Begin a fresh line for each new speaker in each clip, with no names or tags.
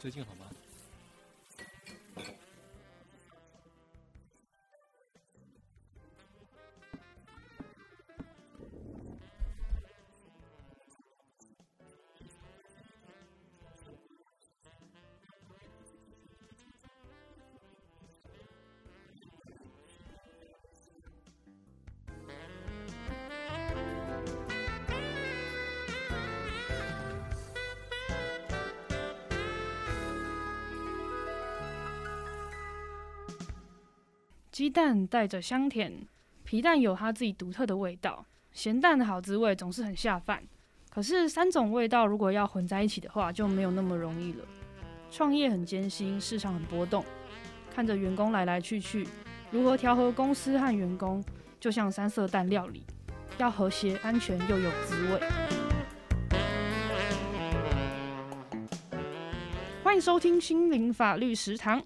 最近好吗？
鸡蛋带着香甜，皮蛋有它自己独特的味道，咸蛋的好滋味总是很下饭。可是三种味道如果要混在一起的话，就没有那么容易了。创业很艰辛，市场很波动，看着员工来来去去，如何调和公司和员工，就像三色蛋料理，要和谐、安全又有滋味。欢迎收听心灵法律食堂，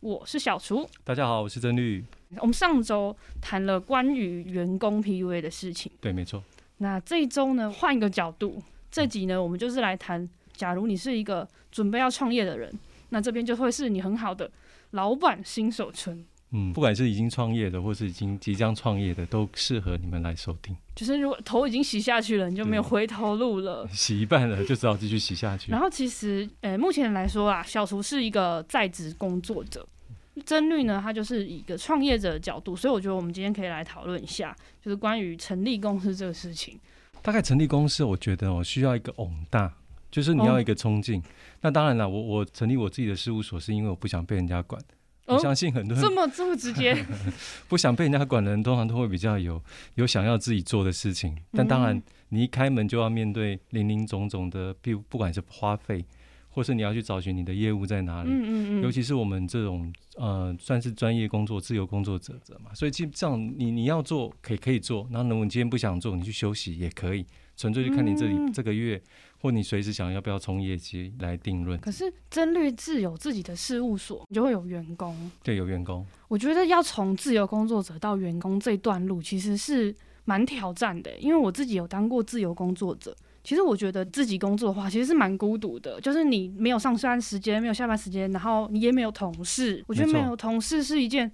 我是小厨。
大家好，我是曾律。
我们上周谈了关于员工 PUA 的事情，
对，没错，
那这一周呢，换一个角度，这集呢，我们就是来谈，假如你是一个准备要创业的人，那这边就会是你很好的老板新手村，
嗯，不管是已经创业的，或是已经即将创业的，都适合你们来收听。
就是如果头已经洗下去了，你就没有回头路了。
洗一半了，就只好继续洗下去
然。后其实，呃，目前来说啊，小厨是一个在职工作者，曾律呢，他就是以一个创业者的角度，所以我觉得我们今天可以来讨论一下，就是关于成立公司这个事情。
大概成立公司，我觉得哦，需要一个宏大，就是
哦
你要一个冲劲。那当然了，我我成立我自己的事务所，是因为我不想被人家管。我相信很多人
哦这么这么直接，
不想被人家管的人，通常都会比较有有想要自己做的事情。但当然
嗯，
你一开门就要面对林林总总的，比如不管是花费，或是你要去找寻你的业务在哪里。
嗯嗯
尤
嗯，
其是我们这种呃，算是专业工作、自由工作者者嘛，所以基本上你你要做可以可以做，然后呢，你今天不想做，你去休息也可以，纯粹就看你这里、
嗯
这个月或你随时想要不要冲业绩来定论。
可是曾律自有自己的事务所，你就会有员工。
对，有员工，
我觉得要从自由工作者到员工这段路，其实是蛮挑战的。因为我自己有当过自由工作者，其实我觉得自己工作的话，其实是蛮孤独的。就是你没有上班时间，没有下班时间，然后你也没有同事。我觉得
没
没
错
有同事是一件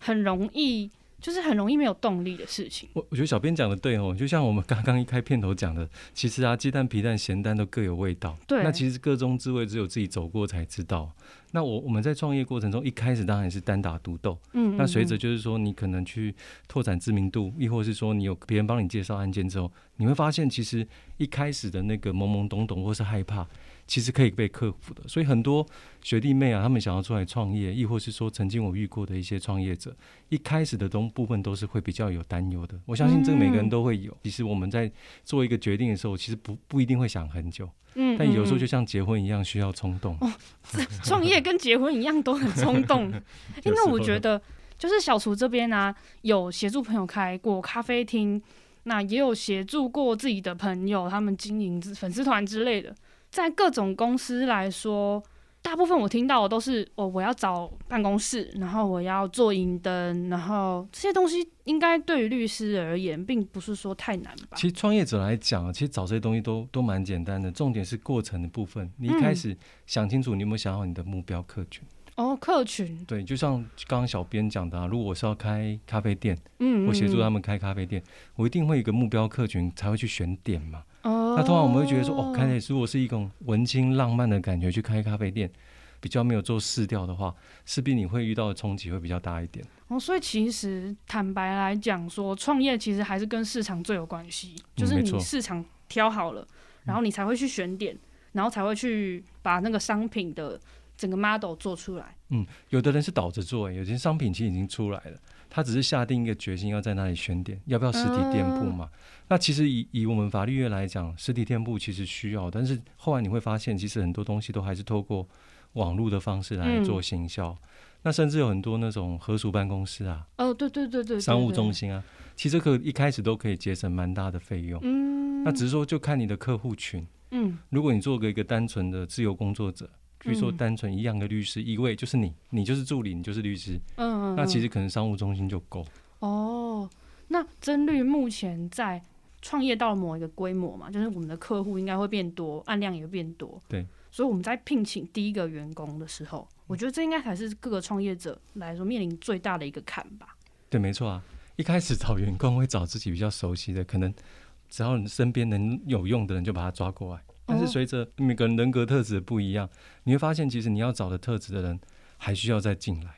很容易，就是很容易没有动力的事情。
我我觉得小编讲的对哦，就像我们刚刚一开片头讲的，其实啊，鸡蛋、皮蛋、咸蛋都各有味道。
对
那其实各中滋味只有自己走过才知道。那我我们在创业过程中，一开始当然是单打独斗，
嗯，
那随
嗯
着就是说，你可能去拓展知名度，亦或是说你有别人帮你介绍案件之后，你会发现其实一开始的那个懵懵懂懂或是害怕，其实可以被克服的。所以很多学弟妹啊，他们想要出来创业，亦或是说曾经我遇过的一些创业者，一开始的东部分都是会比较有担忧的。我相信这个每个人都会有。其实我们在做一个决定的时候，其实不不一定会想很久，
嗯
但有时候
嗯
就像结婚一样，需要冲动。
创业跟结婚一样都很冲动。哎、
有时
那
候
我觉得就是小厨这边呢、啊有协助朋友开过咖啡厅，那也有协助过自己的朋友他们经营粉丝团之类的。在各种公司来说，大部分我听到的都是哦，我要找办公室，然后我要做银灯，然后这些东西应该对于律师而言，并不是说太难吧？
其实创业者来讲，其实找这些东西都都蛮简单的，重点是过程的部分。你一开始想清楚，你有没有想好你的目标客群？
哦，客群，
对，就像刚刚小编讲的、啊，如果我是要开咖啡店，
嗯，
我协助他
们。
们开咖啡店，我一定会有一个目标客群才会去选点嘛。
哦，
那通常我们会觉得说，哦，开始如果是一种文青浪漫的感觉去开咖啡店，比较没有做试调的话，势必你会遇到的冲击会比较大一点。
哦，所以其实坦白来讲说，创业其实还是跟市场最有关系，就是
嗯没
你
错
市场挑好了，然后你才会去选点，然后才会去把那个商品的整个 model 做出来。
有的人是倒着做、欸有些商品其实已经出来了，他只是下定一个决心要在那里选点，要不要实体店铺
嗯
嘛？那其实以以我们法律业来讲，实体店铺其实需要，但是后来你会发现，其实很多东西都还是透过网络的方式
嗯
来做行销。那甚至有很多那种合署办公室啊、
哦，对对对对对
商务中
心。
心啊，其实可以一开始都可以节省蛮大的费用。
嗯，
那只是说，就看你的客户群。
嗯
如果你做个一个单纯的自由工作者，比如说
嗯
单纯一样的律师，一位就是你，你就是助理，你就是律师，
嗯嗯，
那其
实
实可能商务中心就够。
哦，那增率目前在创业到了某一个规模嘛，就是我们的客户应该会变多，案量也会变多。
对。
所以我们在聘请第一个员工的时候，我觉得这应该才是各个创业者来说面临最大的一个坎吧。
对，没错啊。一开始找员工会找自己比较熟悉的，可能只要你身边能有用的人就把他抓过来。但
哦
是随着每个人人格特质不一样，你会发现其实你要找的特质的人还需要再进来。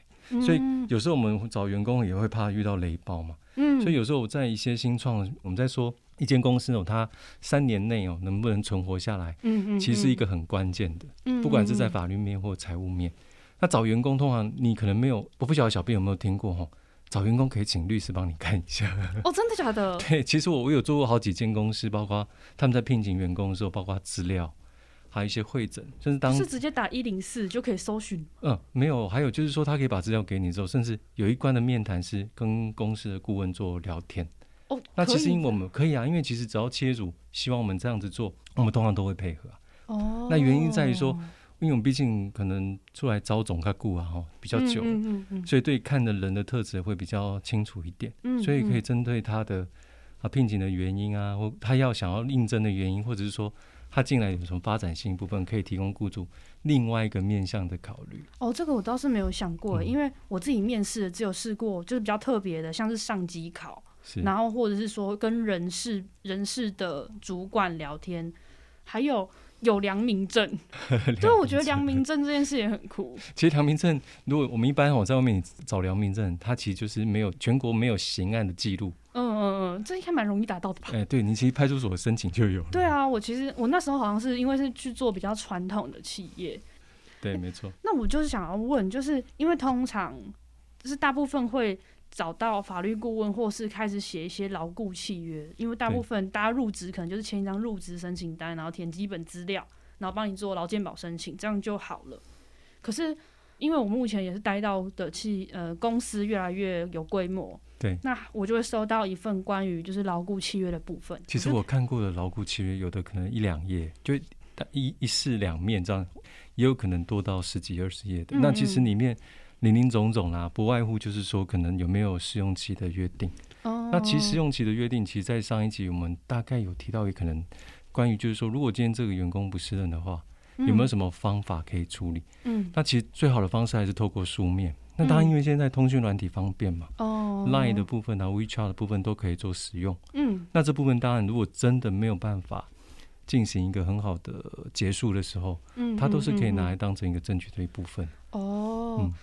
所以
嗯
有时候我们找员工也会怕遇到雷暴嘛。
嗯，
所以有时候我在一些新创，我们在说一间公司哦，它三年内哦能不能存活下来，
嗯嗯，
其实是一个很关键的。
嗯，嗯
不管是在法律面或财务面。那找员工通常你可能没有，我不晓得小编有没有听过哦，找员工可以请律师帮你看一下。
嗯嗯哦，真的假的？
对，其实我我有做过好几间公司，包括他们在聘请员工的时候，包括资料，还有一些会诊，甚至当
是直接打一零四就可以搜寻
嗯没有，还有就是说他可以把资料给你之后，甚至有一关的面谈是跟公司的顾问做聊天。
哦。
那
可
其实
以
因为我们可以啊，因为其实只要企业主希望我们这样子做，我们通常都会配合啊。
哦，
那原因在于说因为我们毕竟可能出来招总看顾啊，哈，比
比
较久了，
嗯嗯嗯
所以对看的人的特质会比较清楚一点，
嗯，
所以可以
嗯
针对他的啊聘请的原因啊，或他要想要应征的原因，或者是说他进来有什么发展性部分，可以提供雇主另外一个面向的考虑。
哦，这个我倒是没有想过，
嗯
因为我自己面试的只有试过就是比较特别的，像是上机考，
是，
然后或者是说跟人事人事的主管聊天，还有有良民 证，对，我觉得良民证这件事也很酷。
其实良民证，如果我们一般我在外面找良民证，它其实就是没有全国没有刑案的记录，
嗯嗯嗯，这应该蛮容易达到的吧？
哎、对你其实派出所申请就有了。
对啊，我其实我那时候好像是因为是去做比较传统的企业，
对，没错。
那我就是想要问，就是因为通常就是大部分会找到法律顾问，或是开始写一些牢固契约，因为大部
对
分大家入职可能就是签一张入职申请单，然后填基本资料，然后帮你做劳健保申请，这样就好了。可是因为我目前也是待到的企呃公司越来越有规模，
对，
那我就会收到一份关于就是牢固契约的部分。
其实
就
我看过的牢固契约，有的可能一两页，就它一一式两面这样，也有可能多到十几二十页的。
嗯
那
嗯
其实里面林林总总啦、不外乎就是说，可能有没有试用期的约定。
哦
那其实试用期的约定，其实在上一集我们大概有提到，也可能关于就是说，如果今天这个员工不适任的话，有没有什么方法可以处理？
嗯
那其实最好的方式还是透过书面。那当然，
嗯
因为现在通讯软体方便嘛、
嗯哦
l i n e 的部分啊、WeChat 的部分都可以做使用。
嗯
那这部分当然，如果真的没有办法进行一个很好的结束的时候，
嗯，
它都是可以
嗯嗯
拿来当成一个证据的一部分。
哦，
嗯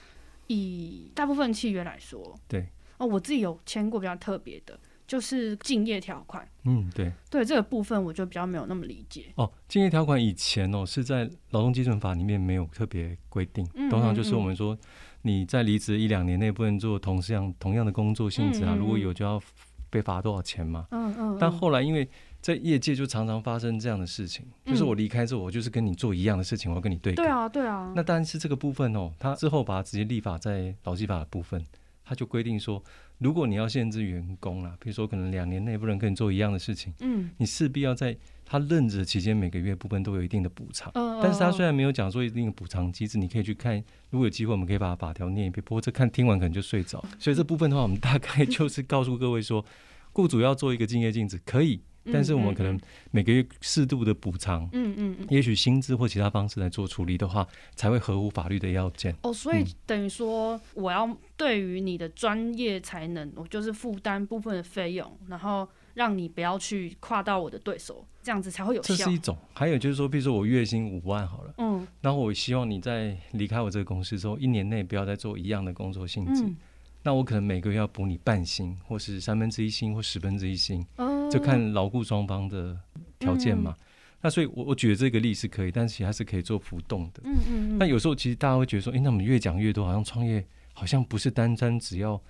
以大部分契约来说，
对，
哦，我自己有签过比较特别的，就是竞业条款。
嗯，对。
对这个部分，我就比较没有那么理解。
哦，竞业条款以前哦是在劳动基准法里面没有特别规定，
嗯
通常就是
嗯嗯
我们说你在离职一两年内不能做同样同样的工作性质啊，
嗯嗯嗯
如果有就要被罚多少钱嘛。
嗯嗯，
但
嗯
后来因为在业界就常常发生这样的事情，就是我离开之后，我就是跟你做一样的事情，我要跟你对
嗯对
干。
啊对啊，
那但是这个部分哦，它之后把它直接立法在劳基法的部分，它就规定说，如果你要限制员工啦，比如说可能两年内不能跟你做一样的事情，
嗯
你势必要在他任职期间每个月部分都有一定的补偿。
嗯，
但是他虽
然
然没有讲说一定的补偿机制，你可以去看，如果有机会我们可以把法条念一遍。不过这看听完可能就睡着，所以这部分的话，我们大概就是告诉各位说，雇主要做一个竞业禁止可以，但是我们可能每个月适度的补偿，
嗯嗯嗯。
也许薪资或其他方式来做处理的话，才会合乎法律的要件。
哦，所以
嗯
等于说，我要对于你的专业才能，我就是负担部分的费用，然后让你不要去跨到我的对手，这样子才会有
这
效
是一。种，还有就是说，比如说我月薪五万好了，
嗯
那我希望你在离开我这个公司之后，一年内不要再做一样的工作性质。
嗯，
那我可能每个月要补你半薪，或是三分之一薪，或十分之一薪，
哦
就看牢固双方的条件嘛。
嗯
那所以我，我举的这个例是可以，但是其实它是可以做浮动的。
嗯嗯嗯，
那有时候其实大家会觉得说，诶，那我们越讲越多，好像创业好像不是单单只要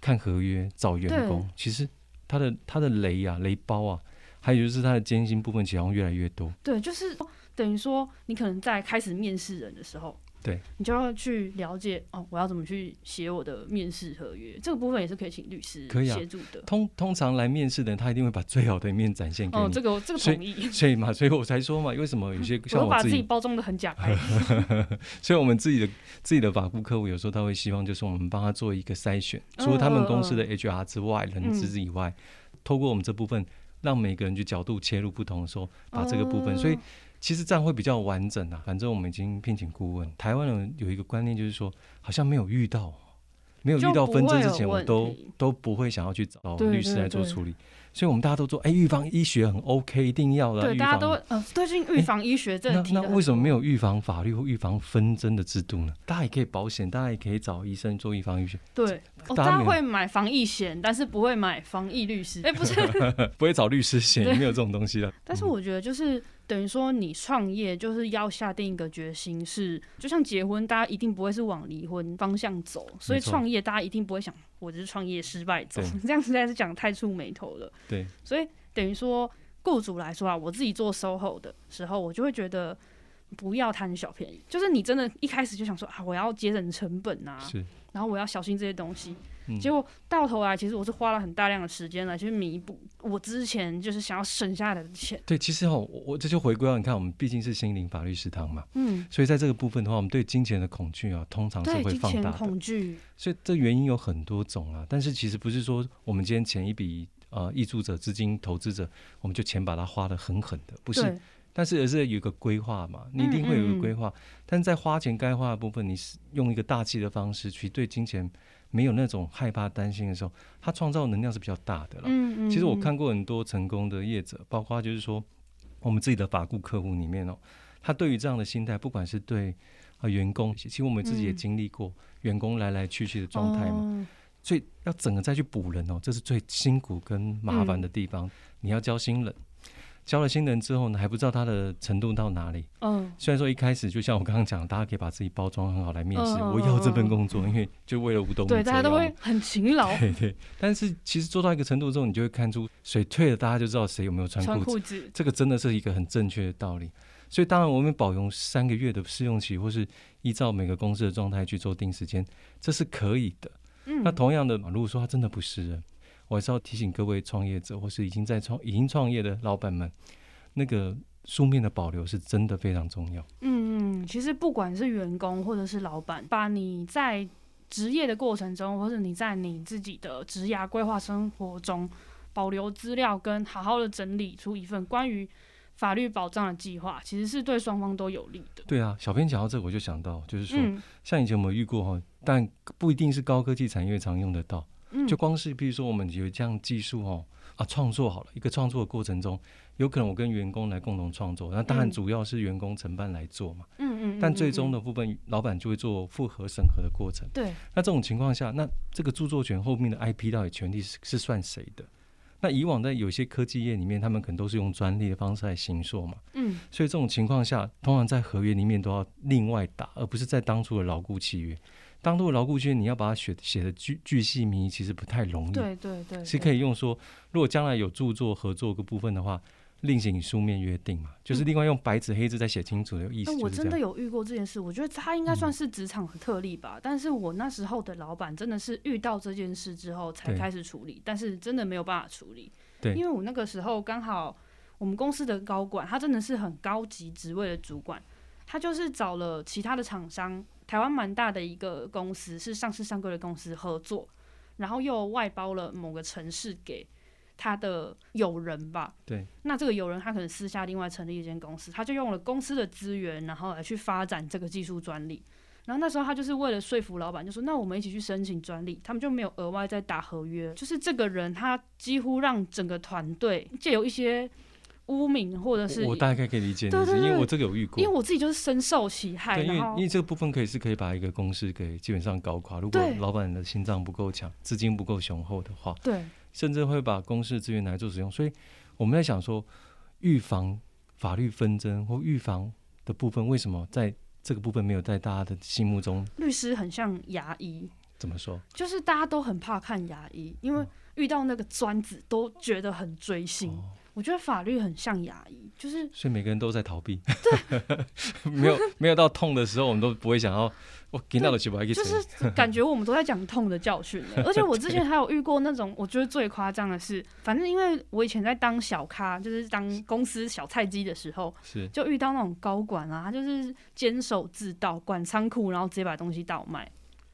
看合约找员工，其实他的他的雷啊、雷包啊，还有就是他的艰辛部分，其实好像越来越多。
对，就是等于说，你可能在开始面试人的时候，
对，
你就要去了解哦，我要怎么去写我的面试合约，这个部分也是可以请律师
可以啊
协助的。
通通常来面试的人，他一定会把最好的一面展现给
哦，
你，
这个我这个
所以
同意，
所以嘛，所以我才说嘛，为什么有些
我
像
又把
我
自
自
己
己，
包装的很假 白。
所以我们自己的自己的法顾客户，有时候他会希望就是我们帮他做一个筛选，除了他们公司
嗯
的 HR 之外，人资以外，透过我们这部分，让每个人去角度切入不同的时候，把这个部分，
哦
所以其实这样会比较完整啊。反正我们已经聘请顾问，台湾人有一个观念就是说，好像没有遇到，哦没有遇到纷争之前，
就不会有
我
问
都
题
都不会想要去找
对
律师来做
对对
处理。所以我们大家都说，哎，预防医学很 OK，一定要的。
对，
预
大家
防
都呃，最近预防医学这
那
题
那
的
为什么没有预防法律或预防纷争的制度呢？大家也可以保险，大家也可以找医生做预防医学，
对，
大
哦，大
家
家
没有
会买防疫险，但是不会买防疫律 师。哎，不是，
不会找律师险，也
对
没有这种东西 了。
但是我觉得就是等于说你创业就是要下定一个决心是，就像结婚，大家一定不会是往离婚方向走，所以
没错
创业大家一定不会想我就是创业失败走，
对
这样实在是讲太触眉头了。
对，
所以等于说雇主来说啊，我自己做 SOHO 的时候，我就会觉得。不要贪小便宜，就是你真的一开始就想说啊，我要节省成本啊，
是
然后我要小心这些东西。
嗯
结果到头来，其实我是花了很大量的时间来去弥补我之前就是想要省下来的钱。
对。其实哦，我我这就回归到你看，我们毕竟是心灵法律食堂嘛，
嗯，
所以在这个部分的话，我们对金钱的恐惧啊，通常是
对，
会
金
放
钱
大的。
恐惧，
所以这原因有很多种啊，但是其实不是说我们今天前一笔呃，易助者、资金投资者，我们就钱把它花的狠狠的，不是
对
但是而是有一个规划嘛，
嗯
你一定会有一个规划。但是在花钱该花的部分，你是用一个大气的方式去对金钱没有那种害怕、担心的时候，它创造的能量是比较大的啦。
嗯嗯。
其实我
嗯，
看过很多成功的业者，包括就是说我们自己的法顾客户里面哦，他对于这样的心态，不管是对啊、呃员工，其实我们自己也
嗯
经历过员工来来去去的状态嘛，
哦
所以要整个再去补人哦，这是最辛苦跟麻烦的
嗯
地方。你要教新人，教了新人之后呢，还不知道他的程度到哪里。
嗯，
虽然说一开始就像我刚刚讲，大家可以把自己包装很好来面试，
嗯嗯
我要这份工作，因为就为了五斗米
对，大家都
折腰
会很勤劳，
对对，但是其实做到一个程度之后，你就会看出水退了，大家就知道谁有没有穿
穿
裤子。
裤子，
这个真的是一个很正确的道理。所以当然，我们保用三个月的试用期，或是依照每个公司的状态去做定时间，这是可以的。
嗯，
那同样的，如果说他真的不是人，我还是要提醒各位创业者或是已经在创已经创业的老板们，那个书面的保留是真的非常重要。
嗯嗯，其实不管是员工或者是老板，把你在职业的过程中，或者你在你自己的职涯规划生活中，保留资料跟好好的整理出一份关于法律保障的计划，其实是对双方都有利的。
对啊，小编讲到这个，我就想到就是说，
嗯
像以前我们遇过哈，但不一定是高科技产业常用得到。
嗯，
就光是比如说我们有这样技术哦啊创作好了，一个创作的过程中，有可能我跟员工来共同创作，那当然
嗯
主要是员工承办来做嘛，
嗯嗯，
但最终
的
的部分老板就会做复核审核的过程。
嗯对
那这种情况下，那这个著作权后面的 IP 到底权利是是算谁的？那以往在有些科技业里面，他们可能都是用专利的方式来行说嘛，
嗯
所以这种情况下，通常在合约里面都要另外打，而不是在当初的牢固契约。当初的牢固契约，你要把它写写的巨巨细靡遗，其实不太容易。
对对对，
是可
以
以用说，如果将来有著作合作个部分的话，另行书面约定嘛，就是另外用白纸黑字再写清楚的意思，
嗯呃但我
就是
真
这
的
样。嗯
有遇过这件事，我觉得他应该算是职场的特例吧。但是我那时候的老板真的是遇到这件事之后才
对
开始处理，但是真的没有办法处理。
对
因为我那个时候刚好我们公司的高管，他真的是很高级职位的主管，他就是找了其他的厂商，台湾蛮大的一个公司，是上市上柜的公司合作，然后又外包了某个城市给他的友人吧。
对，
那这个友人他可能私下另外成立一间公司，他就用了公司的资源，然后来去发展这个技术专利。然后那时候他就是为了说服老板，就说那我们一起去申请专利，他们就没有额外再打合约。就是这个人他几乎让整个团队借由一些污名或者是
我我大概可以理解你的
对
意思，
对对
因为
对
我这个有遇过
因为。我自己就是深受其害，
对，因为
然后
因为这个部分可以是可以把一个公司给基本上搞垮。如果
对
老板的心脏不够强，资金不够雄厚的话，
对
甚至会把公司的资源拿来做使用。所以我们在想说，预防法律纷争或预防的部分，为什么在这个部分没有在大家的心目中
律师很像牙医，
怎么说？
就是大家都很怕看牙医，因
嗯
为遇到那个专子都觉得很追星。
哦
我觉得法律很像牙医，就是
所以每个人都在逃避， 没有没有到痛的时候，我们都不会想要我给到的去把它给
就
谁
是 感觉我们都在讲痛的教训 欸、而且我之前还有遇过那种，我觉得最夸张的是，反正因为我以前在当小咖，就是当公司小菜鸡的时候，
是
就遇到那种高管啊，他就是坚守自盗，管仓库，然后直接把东西倒卖，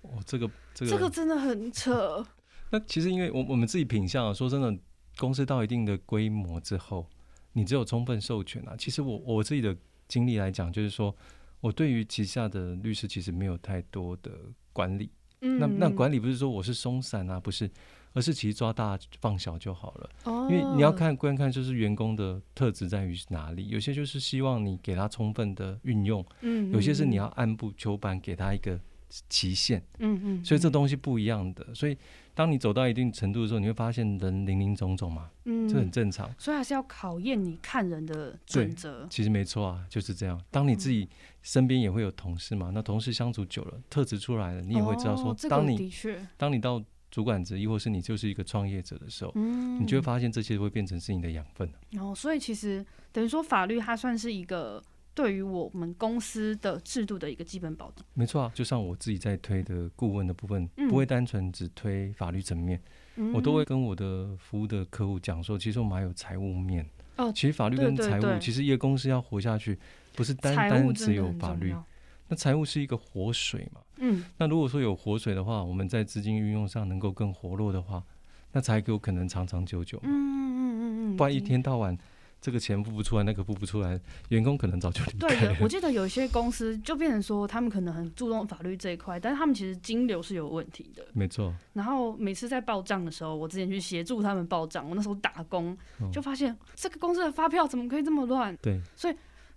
哦，这个这个
这个真的很扯。
那其实因为我我们自己品相、啊，说真的，公司到一定的规模之后，你只有充分授权啊。其实我我自己的经历来讲，就是说我对于旗下的律师其实没有太多的管理。
嗯，
那那管理不是说我是松散啊，不是，而是其实抓大放小就好了。
哦，
因为你要看观看，就是员工的特质在于哪里。有些就是希望你给他充分的运用，
嗯，嗯，
有些是你要按部就班给他一个期限。
嗯，嗯嗯，
所以这东西不一样的。所以当你走到一定程度的时候，你会发现人林林总总嘛，
嗯，
这很正常。
所以还是要考验你看人的准则。
其实没错啊，就是这样。当你
嗯
自己身边也会有同事嘛，那同事相处久了，特质出来了，你也会知道说，
哦这个
当你
的确，
当你到主管职，亦或是你就是一个创业者的时候，
嗯，
你就会发现这些会变成是你的养分。
然后、所以其实等于说法律它算是一个对于我们公司的制度的一个基本保障。
没错啊，就像我自己在推的顾问的部分，
嗯
不会单纯只推法律层面，我都会跟我的服务的客户讲说，其实我们还有财务面。
哦
其实法律
对
跟
对
财务，
对
其实一个公司要活下去，不是单
财务
单
真
只
的
有
很
法
重
律。
要
那财务是一个活水嘛？
嗯，
那如果说有活水的话，我们在资金运用上能够更活络的话，那才有可能长长久久
嗯。嗯嗯嗯，
不然一
的
天到晚这个钱付不出来，那个付不出来，员工可能早就离
对
开
的，我
了。
记得有一些公司就变成说，他们可能很注重法律这一块，但是他们其实金流是有问题的。
没错，
然后每次在报账的时候，我之前去协助他们报账，我那时候打工
嗯
就发现这个公司的发票怎么可以这么乱？
对，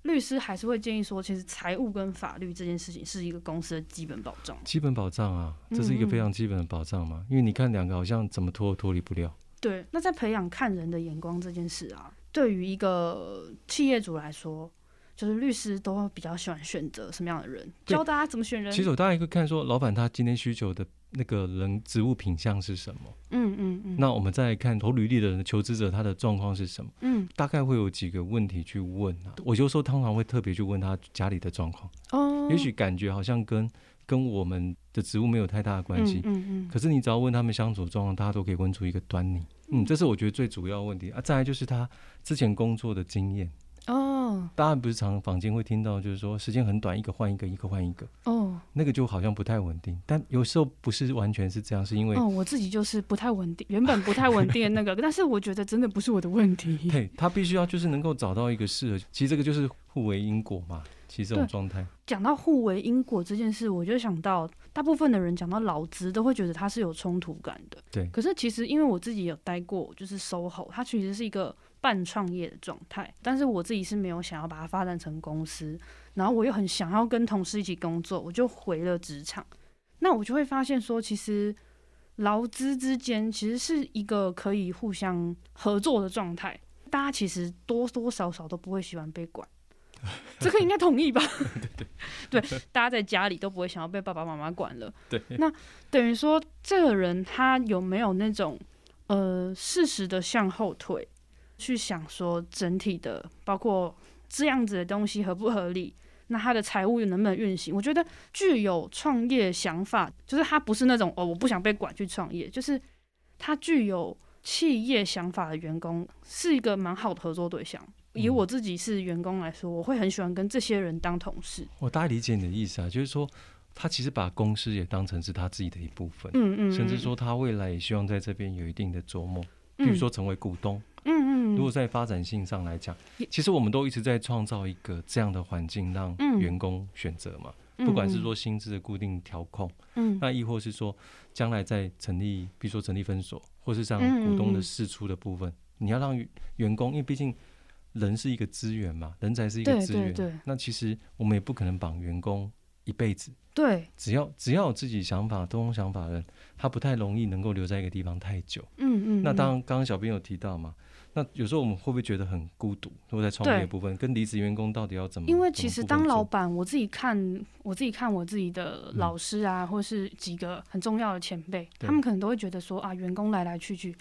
律师还是会建议说，其实财务跟法律这件事情是一个公司的基本保障。
基本保障啊，这是一个
嗯
非常基本的保障嘛。因为你看两个好像怎么脱都脱离不了。
对，那在培养看人的眼光这件事啊，对于一个企业主来说，就是律师都会比较喜欢选择什么样的人，
对
教大家怎么选人。
其实我大概会看说，老板他今天需求的那个人职务品相是什么。
嗯，嗯嗯
那我们再看投履历的人求职者他的状况是什么，
嗯，
大概会有几个问题去问啊。我有时候通常会特别去问他家里的状况，
哦，
也许感觉好像跟跟我们的职务没有太大的关系，
嗯嗯嗯，
可是你只要问他们相处状况，大家都可以问出一个端倪。嗯，这是我觉得最主要的问题啊。再来就是他之前工作的经验，
哦
大家不是常坊间会听到，就是说时间很短，一个换一个，一个换一个，
哦
那个就好像不太稳定。但有时候不是完全是这样，是因为
哦，我自己就是不太稳定，原本不太稳定的那个， 但是我觉得真的不是我的问 题。
对他必须要就是能够找到一个适合，其实这个就是互为因果嘛。其实这种
对
状态，
讲到互为因果这件事，我就想到大部分的人讲到劳资都会觉得它是有冲突感的。
对
可是其实因为我自己有待过，就是 SOHO，它其实是一个半创业的状态，但是我自己是没有想要把它发展成公司，然后我又很想要跟同事一起工作，我就回了职场。那我就会发现说，其实劳资之间其实是一个可以互相合作的状态，大家其实多多少少都不会喜欢被管。这个应该同意吧？对对大家在家里都不会想要被爸爸妈妈管了。
对，
等于说，这个人他有没有那种呃适时的向后退，去想说整体的，包括这样子的东西合不合理，那他的财务能不能运行？我觉得具有创业想法，就是他不是那种哦我不想被管去创业，就是他具有企业想法的员工是一个蛮好的合作对象。以
嗯
我自己是员工来说，我会很喜欢跟这些人当同事。
我大概理解你的意思啊，就是说他其实把公司也当成是他自己的一部分，
嗯嗯，
甚至
嗯，
说他未来也希望在这边有一定的琢磨，比
嗯
如说成为股东。
嗯嗯，
如果在发展性上来讲
也，
其实我们都一直在创造一个这样的环境，让
嗯
员工选择嘛，
嗯
不管是说薪资的固定调控，
嗯
那亦或是说将来在成立，比如说成立分所，或是像
嗯嗯
股东
嗯
的释出的部分，你要让员员工，因为毕竟人是一个资源嘛，人才是一个
对
资
对
源。
对
那其实我们也不可能绑员工一辈子，
对，
只要只要有自己想法、多种想法的人，他不太容易能够留在一个地方太久。
嗯嗯，
那
嗯
当然，刚刚小编有提到嘛，那有时候我们会不会觉得很孤独？如果在创业
对
的部分，跟离职员工到底要怎么？
因为其实
怎么
当
部分做
老板，我自己看我自己看我自己的老师啊，或是几个很重要的前辈，
嗯对
他们可能都会觉得说啊，员工来来去去，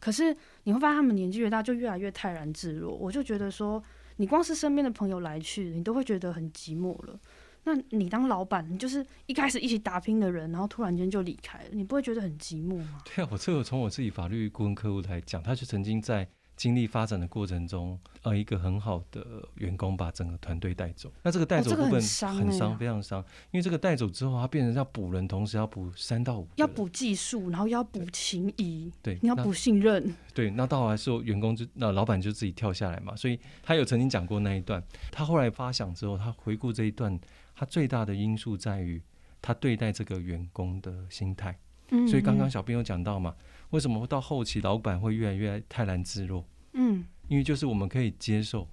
可是你会发现他们年纪越大，就越来越泰然自若。我就觉得说，你光是身边的朋友来去，你都会觉得很寂寞了。那你当老板，你就是一开始一起打拼的人，然后突然间就离开了，你不会觉得很寂寞吗？
对啊，我这个从我自己法律顾问客户来讲，他就曾经在经历发展的过程中，呃，一个很好的员工把整个团队带走。那这个带走
哦这个
部
很
分
伤
很
欸
伤，非常伤，因为这个带走之后，他变成要补人，同时要补三到五，
要补技术，然后要补情谊，
对，
你要
那
补信任，
对，那到后来是有员工就那老板就自己跳下来嘛，所以他有曾经讲过那一段。他后来发想之后，他回顾这一段，他最大的因素在于他对待这个员工的心态。
嗯
所以刚刚，小编有讲到嘛，为什么到后期老板会越来越泰然自若？
嗯
因为就是我们可以接受，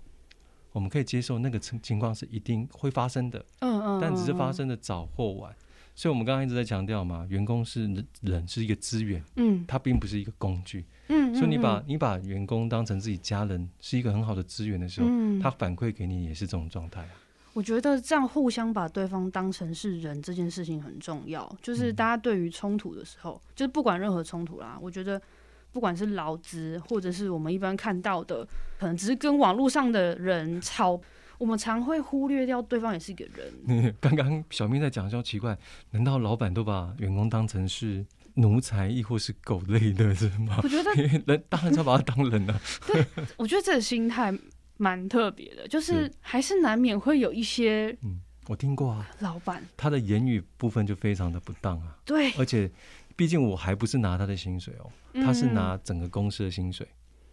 我们可以接受那个情情况是一定会发生的，
嗯嗯，
但只是发
嗯，
生的早或晚。所以我们刚刚一直在强调嘛，员工是人人是一个资源，
嗯
它并不是一个工具。
嗯，
所以你
嗯
把你把员工当成自己家人，是一个很好的资源的时候，
嗯，
他反馈给你也是这种状态啊。
我觉得这样互相把对方当成是人这件事情很重要。
嗯
就是大家对于冲突的时候，就是不管任何冲突啦，我觉得不管是劳资，或者是我们一般看到的，可能只是跟网络上的人吵，我们常会忽略掉对方也是一个人。
哦刚刚小明在讲说奇怪，难道老板都把员工当成是奴才，亦或是狗类的是吗？
我觉得，
因 为人当然是要把他当人了、
我觉得这个心态蛮特别的，就是
是
还是难免会有一些
我听过啊，
老板
他的言语部分就非常的不当啊，
对，
而且毕竟我还不是拿他的薪水哦，他是
嗯
拿整个公司的薪水，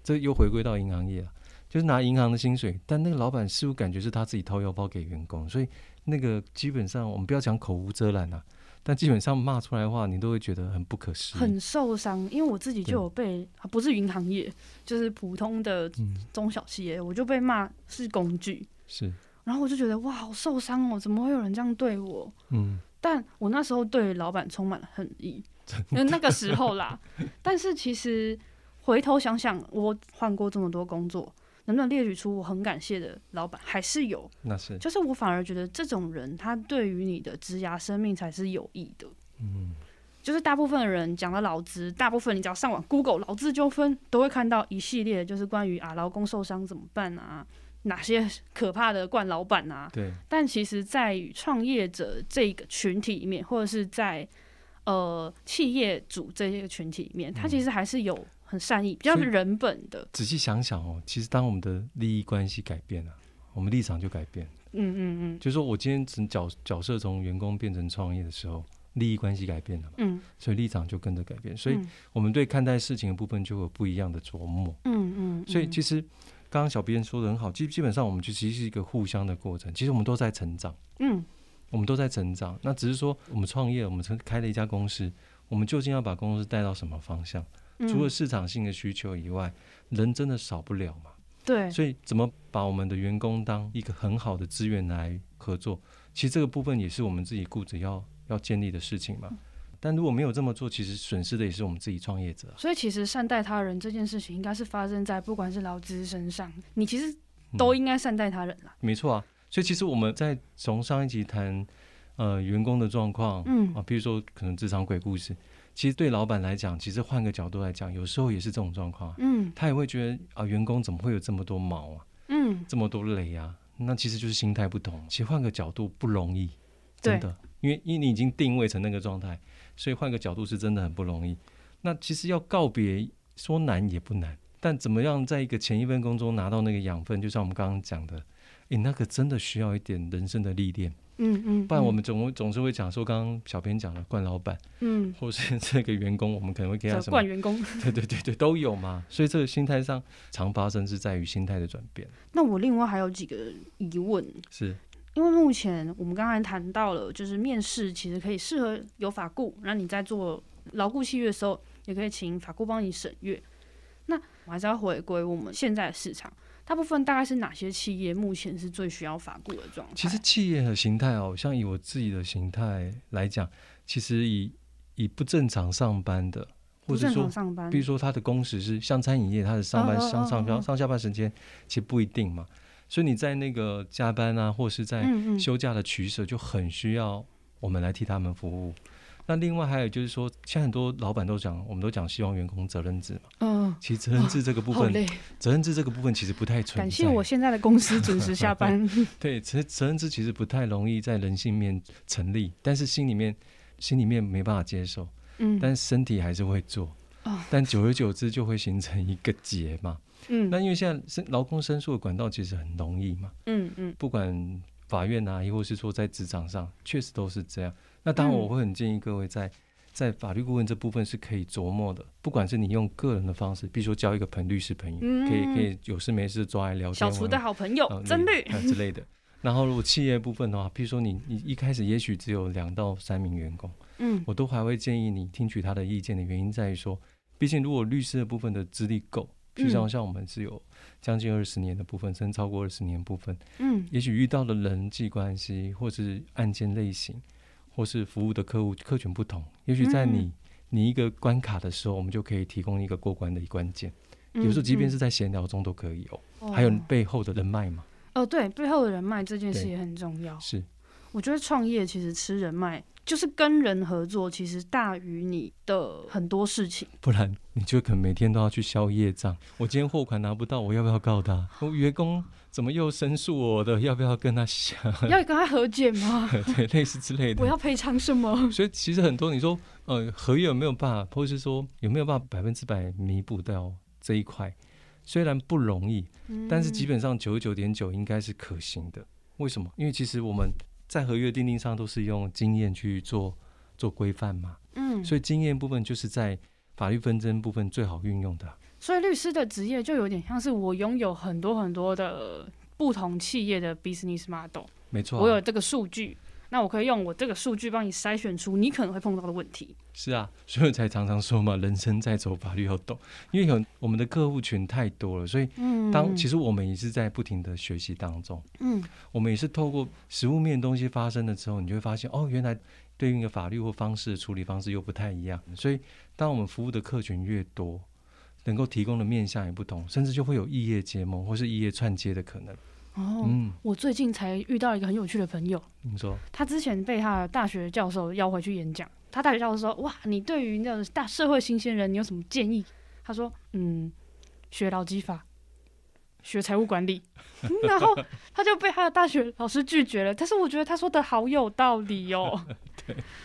这又回归到银行业啊，就是拿银行的薪水，但那个老板似乎感觉是他自己掏腰包给员工，所以那个基本上我们不要讲口无遮拦啊，但基本上骂出来的话，你都会觉得很不可思议。
很受伤，因为我自己就有被，啊不是银行业，就是普通的
嗯，
中小企业，我就被骂是工具，
是，
然后我就觉得哇，好受伤哦，怎么会有人这样对我？
嗯，
但我那时候对老板充满了恨意，因为那个时候啦。但是其实回头想想，我换过这么多工作，能不能列举出我很感谢的老板，还是有。
那是，
就是我反而觉得这种人，他对于你的职涯生命才是有益的。
嗯，
就是大部分人讲到劳资，大部分你只要上网 Google 劳资纠纷，都会看到一系列就是关于啊劳工受伤怎么办啊，哪些可怕的惯老板啊。
对，
但其实，在于创业者这个群体里面，或者是在呃企业主这些群体里面，他其实还是有很善意、比较
嗯所以
人本的。
仔细想想哦，其实当我们的利益关系改变了、我们立场就改变。
嗯嗯嗯
就是说我今天从角角色从员工变成创业的时候，利益关系改变了嘛，
嗯，
所以立场就跟着改变，所以
嗯
我们对看待事情的部分就有不一样的琢磨。
嗯嗯，
所以其
实
实刚刚小编说的很好，基基本上我们就其实是一个互相的过程，其实我们都在成长，
嗯
我们都在成长。那只是说我们创业，我们开了一家公司，我们究竟要把公司带到什么方向？
嗯
除了市场性的需求以外，人真的少不了嘛。
对
所以怎么把我们的员工当一个很好的资源来合作？其实这个部分也是我们自己顾着要要建立的事情
嗯
嘛。但如果没有这么做，其实损失的也是我们自己创业者啊。
所以其实善待他人这件事情，应该是发生在不管是劳资身上，你其实
嗯
都应该善待他人啦。
没错啊，所以其实我们在从上一集谈呃员工的状况，
嗯
啊，比如说可能职场鬼故事，其实对老板来讲，其实换个角度来讲，有时候也是这种状况啊，
嗯
他也会觉得啊、员工怎么会有这么多毛啊，
嗯，
这么多累啊？那其实就是心态不同，其实换个角度不容易，真的，因为因为你已经定位成那个状态，所以换个角度是真的很不容易。那其实要告别，说难也不难，但怎么样在一个前一份工作拿到那个养分，就像我们刚刚讲的，诶，那个真的需要一点人生的历练，
嗯嗯，
不然我们总会总是会讲说，刚刚小编讲的惯老 板，
嗯，
或是这个员工，我们可能会给他
责
什么
怪？员工。
对对对对，都有嘛。所以这个心态上常发生是在于心态的转变，
那我另外还有几个疑问，
是
因为目前我们刚才谈到了，就是面试其实可以适合有法顾，那你在做劳雇契约的时候，也可以请法顾帮你审阅。那我还是要回归我们现在的市场，大部分大概是哪些企业目前是最需要法顾的状态？
其实企业的形态哦，像以我自己的形态来讲，其实以以不正常上班的，或
不
者
正
说
常上班，
比如说他的工时是像餐饮业，他的上班
哦哦
上
哦
上
哦
上上下班时间其实不一定嘛，所以你在那个加班啊，或是在
嗯嗯，
休假的取舍，就很需要我们来替他们服务。那另外还有就是说，现在很多老板都讲，我们都讲希望员工责任制嘛，
嗯，
其实责任制这个部
好
分，
累。
责任制这个部分其实不太存在。
感谢我现在的公司准时下 班。
对，责责任制其实不太容易在人性面成立，但是心里面心里面没办法接受，
嗯，
但身体还是会做
哦。
但久而久之就会形成一个结嘛，
嗯
那因为现在申劳工申诉的管道其实很容易嘛，
嗯嗯
不管法院啊，亦或是说在职场上，确实都是这样。那当然，
嗯
我会很建议各位在在法律顾问这部分是可以琢磨的，不管是你用个人的方式，比如说交一个朋律师朋友，可以可以有事没事抓来聊天，
嗯小厨
玩
的好朋友
呃
曾
类
律，
呃之类的。然后，如果企业部分的话，譬如说你你一开始也许只有两到三名员工，
嗯
我都还会建议你听取他的意见的原因在于说，毕竟如果律师的部分的资历够，譬如
嗯
像像我们是有将近二十年的部分，甚至超过二十年的部分，
嗯
也许遇到的人际关系，或是案件类型，或是服务的客户客群不同，也许
嗯
在你、你一个关卡的时候，我们就可以提供一个过关的一关键。
嗯
有时候即便
嗯
是在闲聊中都可以哦，还有
哦
背后的人脉嘛，
哦，对，背后的人脉这件事
对
也很重要。
是
我觉得创业其实吃人脉，就是跟人合作，其实大于你的很多 事情。
不然你就可能每天都要去消业障。我今天货款拿不到，我要不要告他？我员工怎么又申诉我的？要不要跟他想？
要跟他和解吗？
对，类似之类的。
我要赔偿什么？
所以其实很多你说，呃，合约有没有办法，或是说有没有办法百分之百弥补掉这一块？虽然不容易，
嗯
但是基本上九十九点九应该是可行的。为什么？因为其实我们在合约订定上都是用经验去做做规范嘛，
嗯，
所以经验部分就是在法律纷争部分最好运用的啊、
所以律师的职业就有点像是我拥有很多很多的不同企业的 business model，
没错啊、
我有这个数据，那我可以用我这个数据帮你筛选出你可能会碰到的问题。
是啊，所以我才常常说嘛， 人生在走，法律要懂。因为有我们的客户群太多了，所以
嗯
当、其实我们也是在不停的学习当中。
嗯
我们也是透过实物面的东西发生了之后，你就会发现哦，原来对应的法律或方式处理方式又不太一样。所以，当我们服务的客群越多，能够提供的面向也不同，甚至就会有异业结盟或是异业串接的可能。
哦，
嗯，
我最近才遇到一个很有趣的朋友，
你说
他之前被他的大学教授邀回去演讲，他大学教授说：“哇，你对于那种大社会新鲜人，你有什么建议？”他说：“嗯，学劳基法，学财务管 理。”然后他就被他的大学老师拒绝了。但是我觉得他说的好有道理 哦。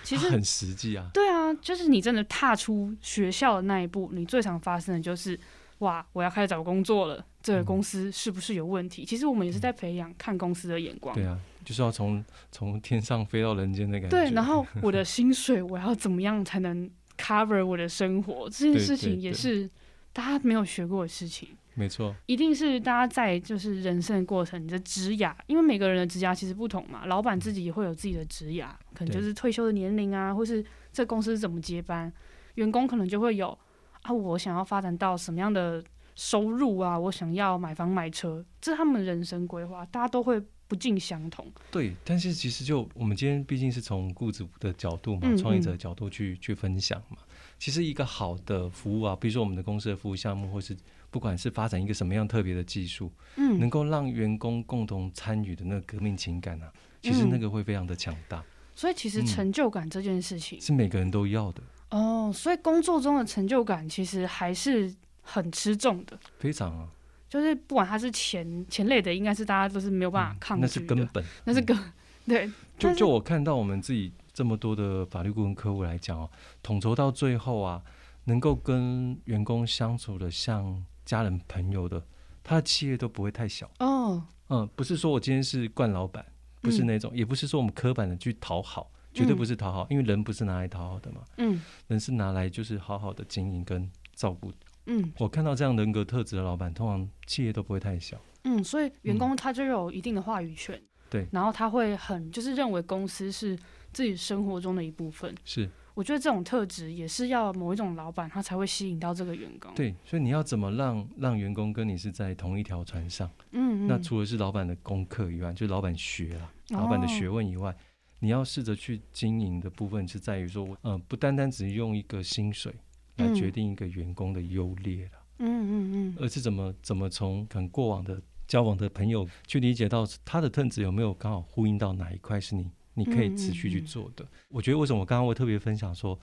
其
它
实
很实际啊，
对啊，就是你真的踏出学校的那一步，你最常发生的就是哇，我要开始找工作了，这个
嗯
公司是不是有问题？其实我们也是在培养看公司的眼光。
对啊，就是要从从天上飞到人间的感觉。
对，然后 我的薪水我要怎么样才能 cover 我的生活？这件
对
事
对
情也
对
是大家没有学过的事情，
没错，
一定是大家在就是人生的过程，你的职涯，因为每个人的职涯其实不同嘛，老板自己也会有自己的职涯，可能就
对
是退休的年龄啊，或是这公司是怎么接班，员工可能就会有啊，我想要发展到什么样的收入啊，我想要买房买车，这是他们人生规划，大家都会不尽相同。
对。但是其实就我们今天毕竟是从雇主的角度嘛
嗯，
创业
嗯
者的角度去去分享嘛。其实一个好的服务啊，比如说我们的公司的服务项目，或是不管是发展一个什么样特别的技术，
嗯，
能够让员工共同参与的那个革命情感啊，其
嗯
实那个会非常的强大，
所以其实
嗯
成就感这件事情，
是每个人都要的，
哦，所以工作中的成就感其实还是很吃重的，
非常啊，
就是不管它是钱钱类的，应该是大家都是没有办法抗
嗯那
拒
是
的，
根本。嗯
那是根， 对，
就
但是
就我看到我们自己这么多的法律顾问客户来讲哦，统筹到最后啊，能够跟员工相处的像家人朋友的，他的企业都不会太小。
哦，
嗯，不是说我今天是惯老板，不是那种，也不是说我们刻板的去讨好，绝对不是讨好，因为人不是拿来讨好的嘛，
嗯
人是拿来就是好好的经营跟照顾
嗯
我看到这样人格特质的老板，通常企业都不会太小。
嗯，所以员工他就有一定的话语权，
对
然后他会很就是认为公司是自己生活中的一部分，
是
我觉得这种特质也是要某一种老板他才会吸引到这个员工，
对，所以你要怎么让让员工跟你是在同一条船上？
嗯，嗯
那除了是老板的功课以外，就是老板学啦，老
哦
板的学问以外，你要试着去经营的部分是在于说，嗯、不单单只用一个薪水来
嗯
决定一个员工的优劣了，
嗯嗯嗯，
而是怎么怎么从很过往的交往的朋友去理解到他的特质有没有刚好呼应到哪一块是你你可以持续
嗯
去做的。我觉得为什么我刚刚会特别分享说，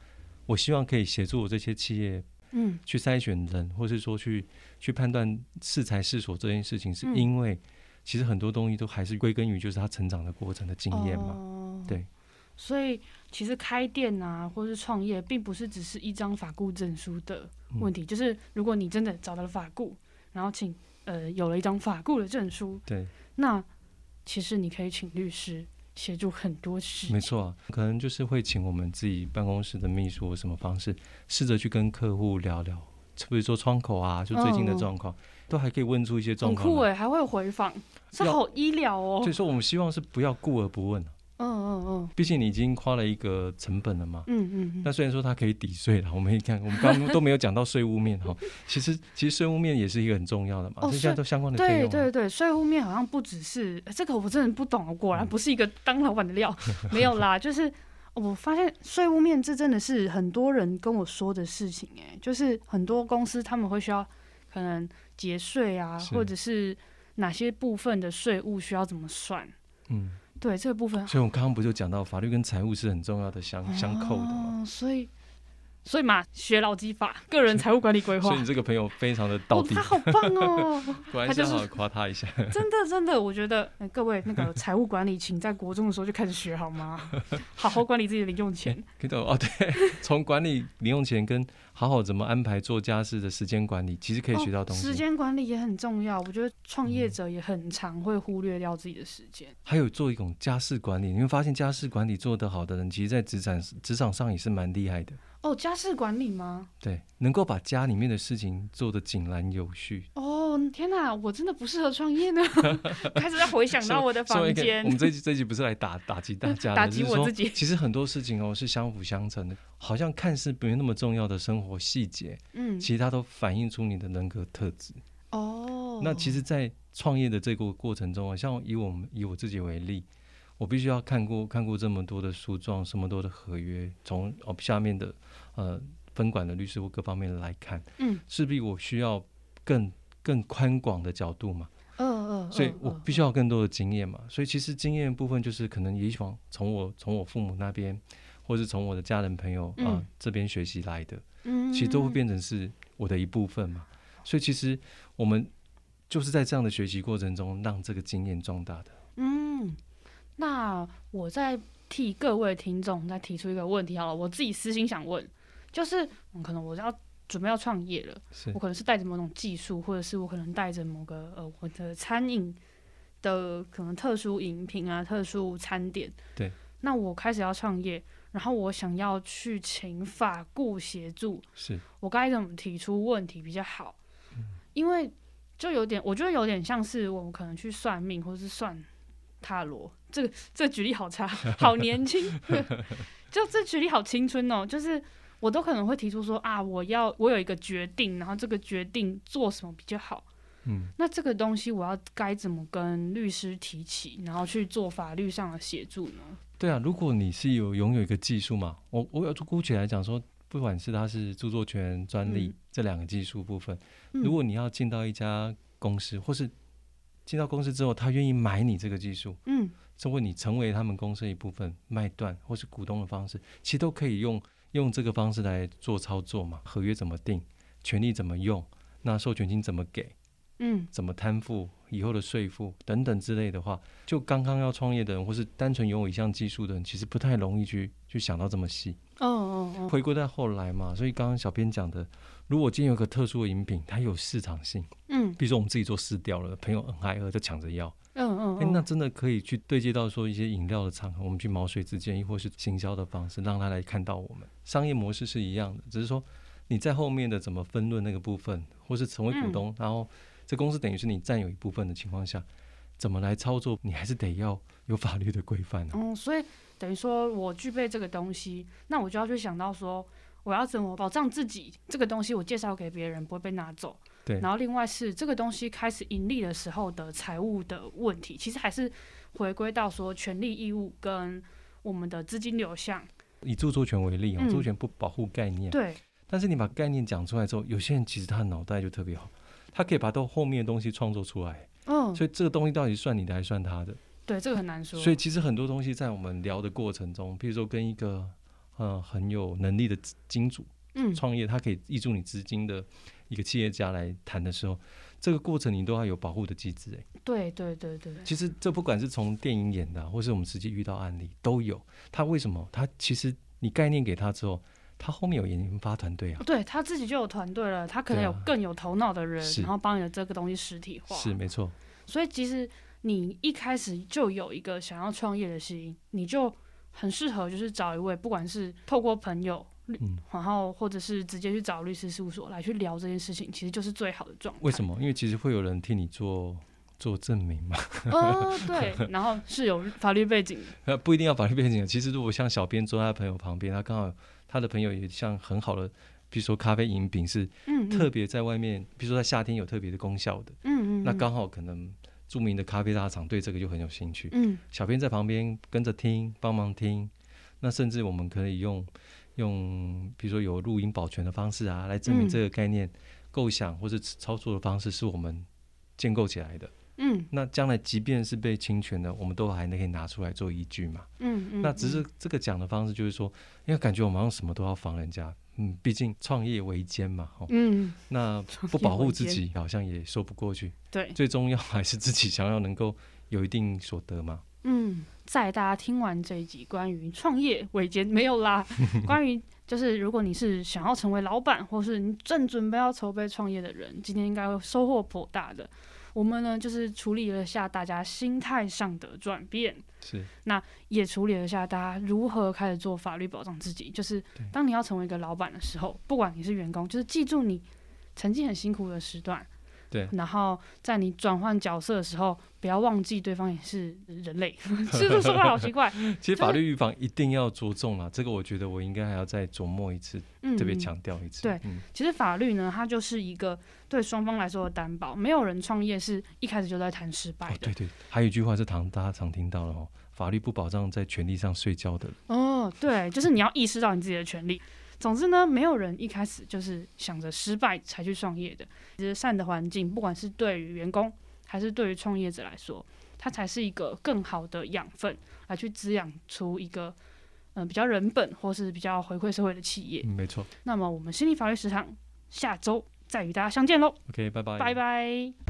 我希望可以协助我这些企业
嗯
去筛选人，或是说去去判断适才适所这件事情，是
嗯
因为其实很多东西都还是归根于就是他成长的过程的经验嘛。
哦
对。
所以其实开店啊，或是创
嗯
业，并不是只是一张法顾证书的问题。就是如果你真的找到了法顾，然后请呃有了一张法顾的证书，
对，
那其实你可以请律师协助很多事
没错、啊，可能就是会请我们自己办公室的秘书或什么方式，试着去跟客户聊聊，比如说窗口啊，就最近的
嗯
状况，都还可以问出一些状
很
况
酷
来。
哎，还会有回访，这
要
好医疗哦
所以。说，我们希望是不要顾而不问啊
嗯嗯嗯
毕竟你已经花了一个成本了嘛。
嗯嗯
那
嗯，
虽然说它可以抵税了，我们也看，我们刚刚都没有讲到税务面 哈。其实，其实税务面也是一个很重要的嘛，
哦
这些都相关的费
对
用、啊。
对对，税务面好像不只是呃这个，我真的不懂，果
嗯
然不是一个当老板的 料。没有啦，就是我发现税务面这真的是很多人跟我说的事情哎、就是很多公司他们会需要可能节税啊，
是
或者是哪些部分的税务需要怎么算。
嗯，
对这个部分
所以我们刚刚不就讲到法律跟财务是很重要的相相扣的嘛。
哦所以所以嘛，学劳基法，个人财务管理规划
所以。你这个朋友非常的到
哦，
底
他，好棒 哦！
果然
他
是
就是
好好夸他一下。
真的真的，我觉得、呃各位那个财务管理，请在国中的时候就开始学好 吗？好好管理自己的零用钱。
可以懂哦，对， 从管理零用钱跟好好怎么安排做家事的时间管理，其实可以学到东
哦
西。嗯
时间管理也很重要，我觉得创业者也很常会忽略掉自己的时间。
还有做一种家事管理，你会发现家事管理做得好的人，其实在职场职场上也是蛮厉害的。
哦，家事管理吗？
对，能够把家里面的事情做得井然有序。
哦，天哪，我真的不适合创业呢。 开始在回想到我的
身为一
房
个
间
我。们这一集这一集不是来打打击大家的，
打击
只是
我
说
自己
其实很多事情哦是相辅相成的，好像看似没那么重要的生活细节，
嗯，
其实它都反映出你的人格特质。
哦，
那其实，在创业的这个过程中啊，像以我们以我自己为例，我必须要看过看过这么多的诉状，这么多的合约，从哦下面的呃分管的律师或各方面来看，
嗯
势必我需要更更宽广的角度嘛，
嗯嗯，
所以
嗯
我
嗯
必须要有更多的经验嘛。所以其实经验部分就是可能也往从我从我父母那边，或是从我的家人朋友啊、呃
嗯
这边学习来的。
嗯
其实都会变成是我的一部分嘛。所以其实我们就是在这样的学习过程中，让这个经验壮大的。
嗯，那我再替各位听众再提出一个问题好了，我自己私心想问，就是、嗯可能我要准备要创业了，
是
我可能是带着某种技术，或者是我可能带着某个呃我的餐饮的可能特殊饮品啊、特殊餐点，
对，
那我开始要创业，然后我想要去请法顾协助，
是，
我该怎么提出问题比较好？
嗯
因为就有点，我觉得有点像是我们可能去算命或是算塔罗，这个这举例 好差，好年轻， 就这举例好青春哦。就是我都可能会提出说啊，我要我有一个决定，然后这个决定做什么比较好。
嗯，
那这个东西我要该怎么跟律师提起，然后去做法律上的协助呢？
对啊。如果你是有拥有一个技术嘛，我我要姑且来讲说，不管是它是著作权、专利、
嗯
这两个技术部分，
嗯
如果你要进到一家公司，或是进到公司之后，他愿意买你这个技术，
嗯
通过你成为他们公司的一部分，卖断或是股东的方式，其实都可以用用这个方式来做操作嘛。合约怎么定，权利怎么用，那授权金怎么给，
嗯
怎么摊付，以后的税负等等之类的话，就刚刚要创业的人，或是单纯拥有一项技术的人，其实不太容易去去想到这么细。
哦哦哦，
回归到后来嘛，所以刚刚小编讲的，如果今天有个特殊的饮品，它有市场性，
嗯
比如说我们自己做试调了，朋友很爱喝就抢着要。
嗯嗯，
哎、
嗯
那真的可以去对接到说一些饮料的场合，我们去毛遂自荐，亦或是行销的方式，让他来看到我们。商业模式是一样的，只是说你在后面的怎么分论那个部分，或是成
嗯
为股东，然后这公司等于是你占有一部分的情况下，怎么来操作，你还是得要有法律的规范啊。
嗯，所以等于说我具备这个东西，那我就要去想到说，我要怎么保障自己这个东西，我介绍给别人不会被拿走。
对
然后另外是这个东西开始盈利的时候的财务的问题，其实还是回归到说权利义务跟我们的资金流向。
以著作权为例哦，
嗯
著作权不保护概念，
对，
但是你把概念讲出来之后，有些人其实他的脑袋就特别好，他可以把到后面的东西创作出来，
嗯，
所以这个东西到底算你的还是算他的？
对，啊这个很难说。
所以其实很多东西在我们聊的过程中，譬如说跟一个呃很有能力的资金主
嗯，
创业，他可以挹注你资金的一个企业家来谈的时候，这个过程你都要有保护的机制、欸。
对对对对，
其实这不管是从电影演的啊、或是我们实际遇到案例都有。他为什么？他其实你概念给他之后，他后面有研发团队啊，
哦对他自己就有团队了，他可能
对啊
有更有头脑的人，
是
然后帮你的这个东西实体化。
是没错，
所以其实你一开始就有一个想要创业的心，你就很适合就是找一位，不管是透过朋友，
嗯。
然后或者是直接去找律师事务所来去聊这件事情，其实就是最好的状态。
为什？么？因为其实会有人替你做做证明嘛，
呃，对，然后是有法律背景的，
呃，不一定要法律背景。其实如果像小编坐在他朋友旁边，他刚好他的朋友也像很好的，比如说咖啡饮品是
嗯，嗯
特别在外面，比如说在夏天有特别的功效的，
嗯嗯，
那刚好可能著名的咖啡大厂对这个就很有兴趣。
嗯
小编在旁边跟着听，帮忙听，那甚至我们可以用用比如说有录音保全的方式啊，来证明
嗯
这个概念、构想或是操作的方式是我们建构起来的。
嗯
那将来即便是被侵权的，我们都还能可以拿出来做依据嘛？
嗯嗯，
那只是这个讲的方式就是说，因为感觉我们好像什么都要防人家，嗯，毕竟创业维艰嘛，哦，
嗯，
那不
业
保护
维
自
艰
己好像也说不过去。
对，
最重要还是自己想要能够有一定所得嘛。
嗯，在大家听完这一集关于创业尾间没有啦，关于就是如果你是想要成为老板，或是你正准备要筹备创业的人，今天应该会收获颇大的。我们呢，就是处理了一下大家心态上的转变，
是
也处理了一下大家如何开始做法律保障自己。就是
对
当你要成为一个老板的时候，不管你是员工，就是记住你曾经很辛苦的时段，
对
然后在你转换角色的时候，不要忘记对方也是人 类。是不是说话好奇怪？
其实
真
法
的
律预防一定要着重啦，这个我觉得我应该还要再琢磨一次，
嗯，
特别强调一次。
对
嗯，
其实法律呢，它就是一个对双方来说的担保，没有人创业是一开始就在谈失败
哦，
的
对。对，还有一句话是常大家常听到的哦，法律不保障在权利上睡觉的人。
哦，对，就是你要意识到你自己的权利。总之呢，没有人一开始就是想着失败才去创业的。其实善的环境，不管是对于员工还是对于创业者来说，它才是一个更好的养分，来去滋养出一个嗯、呃比较人本或是比较回馈社会的企业。
嗯，没错。
那么我们心理法律时常下周再与大家相见喽，
OK，拜拜，
拜拜。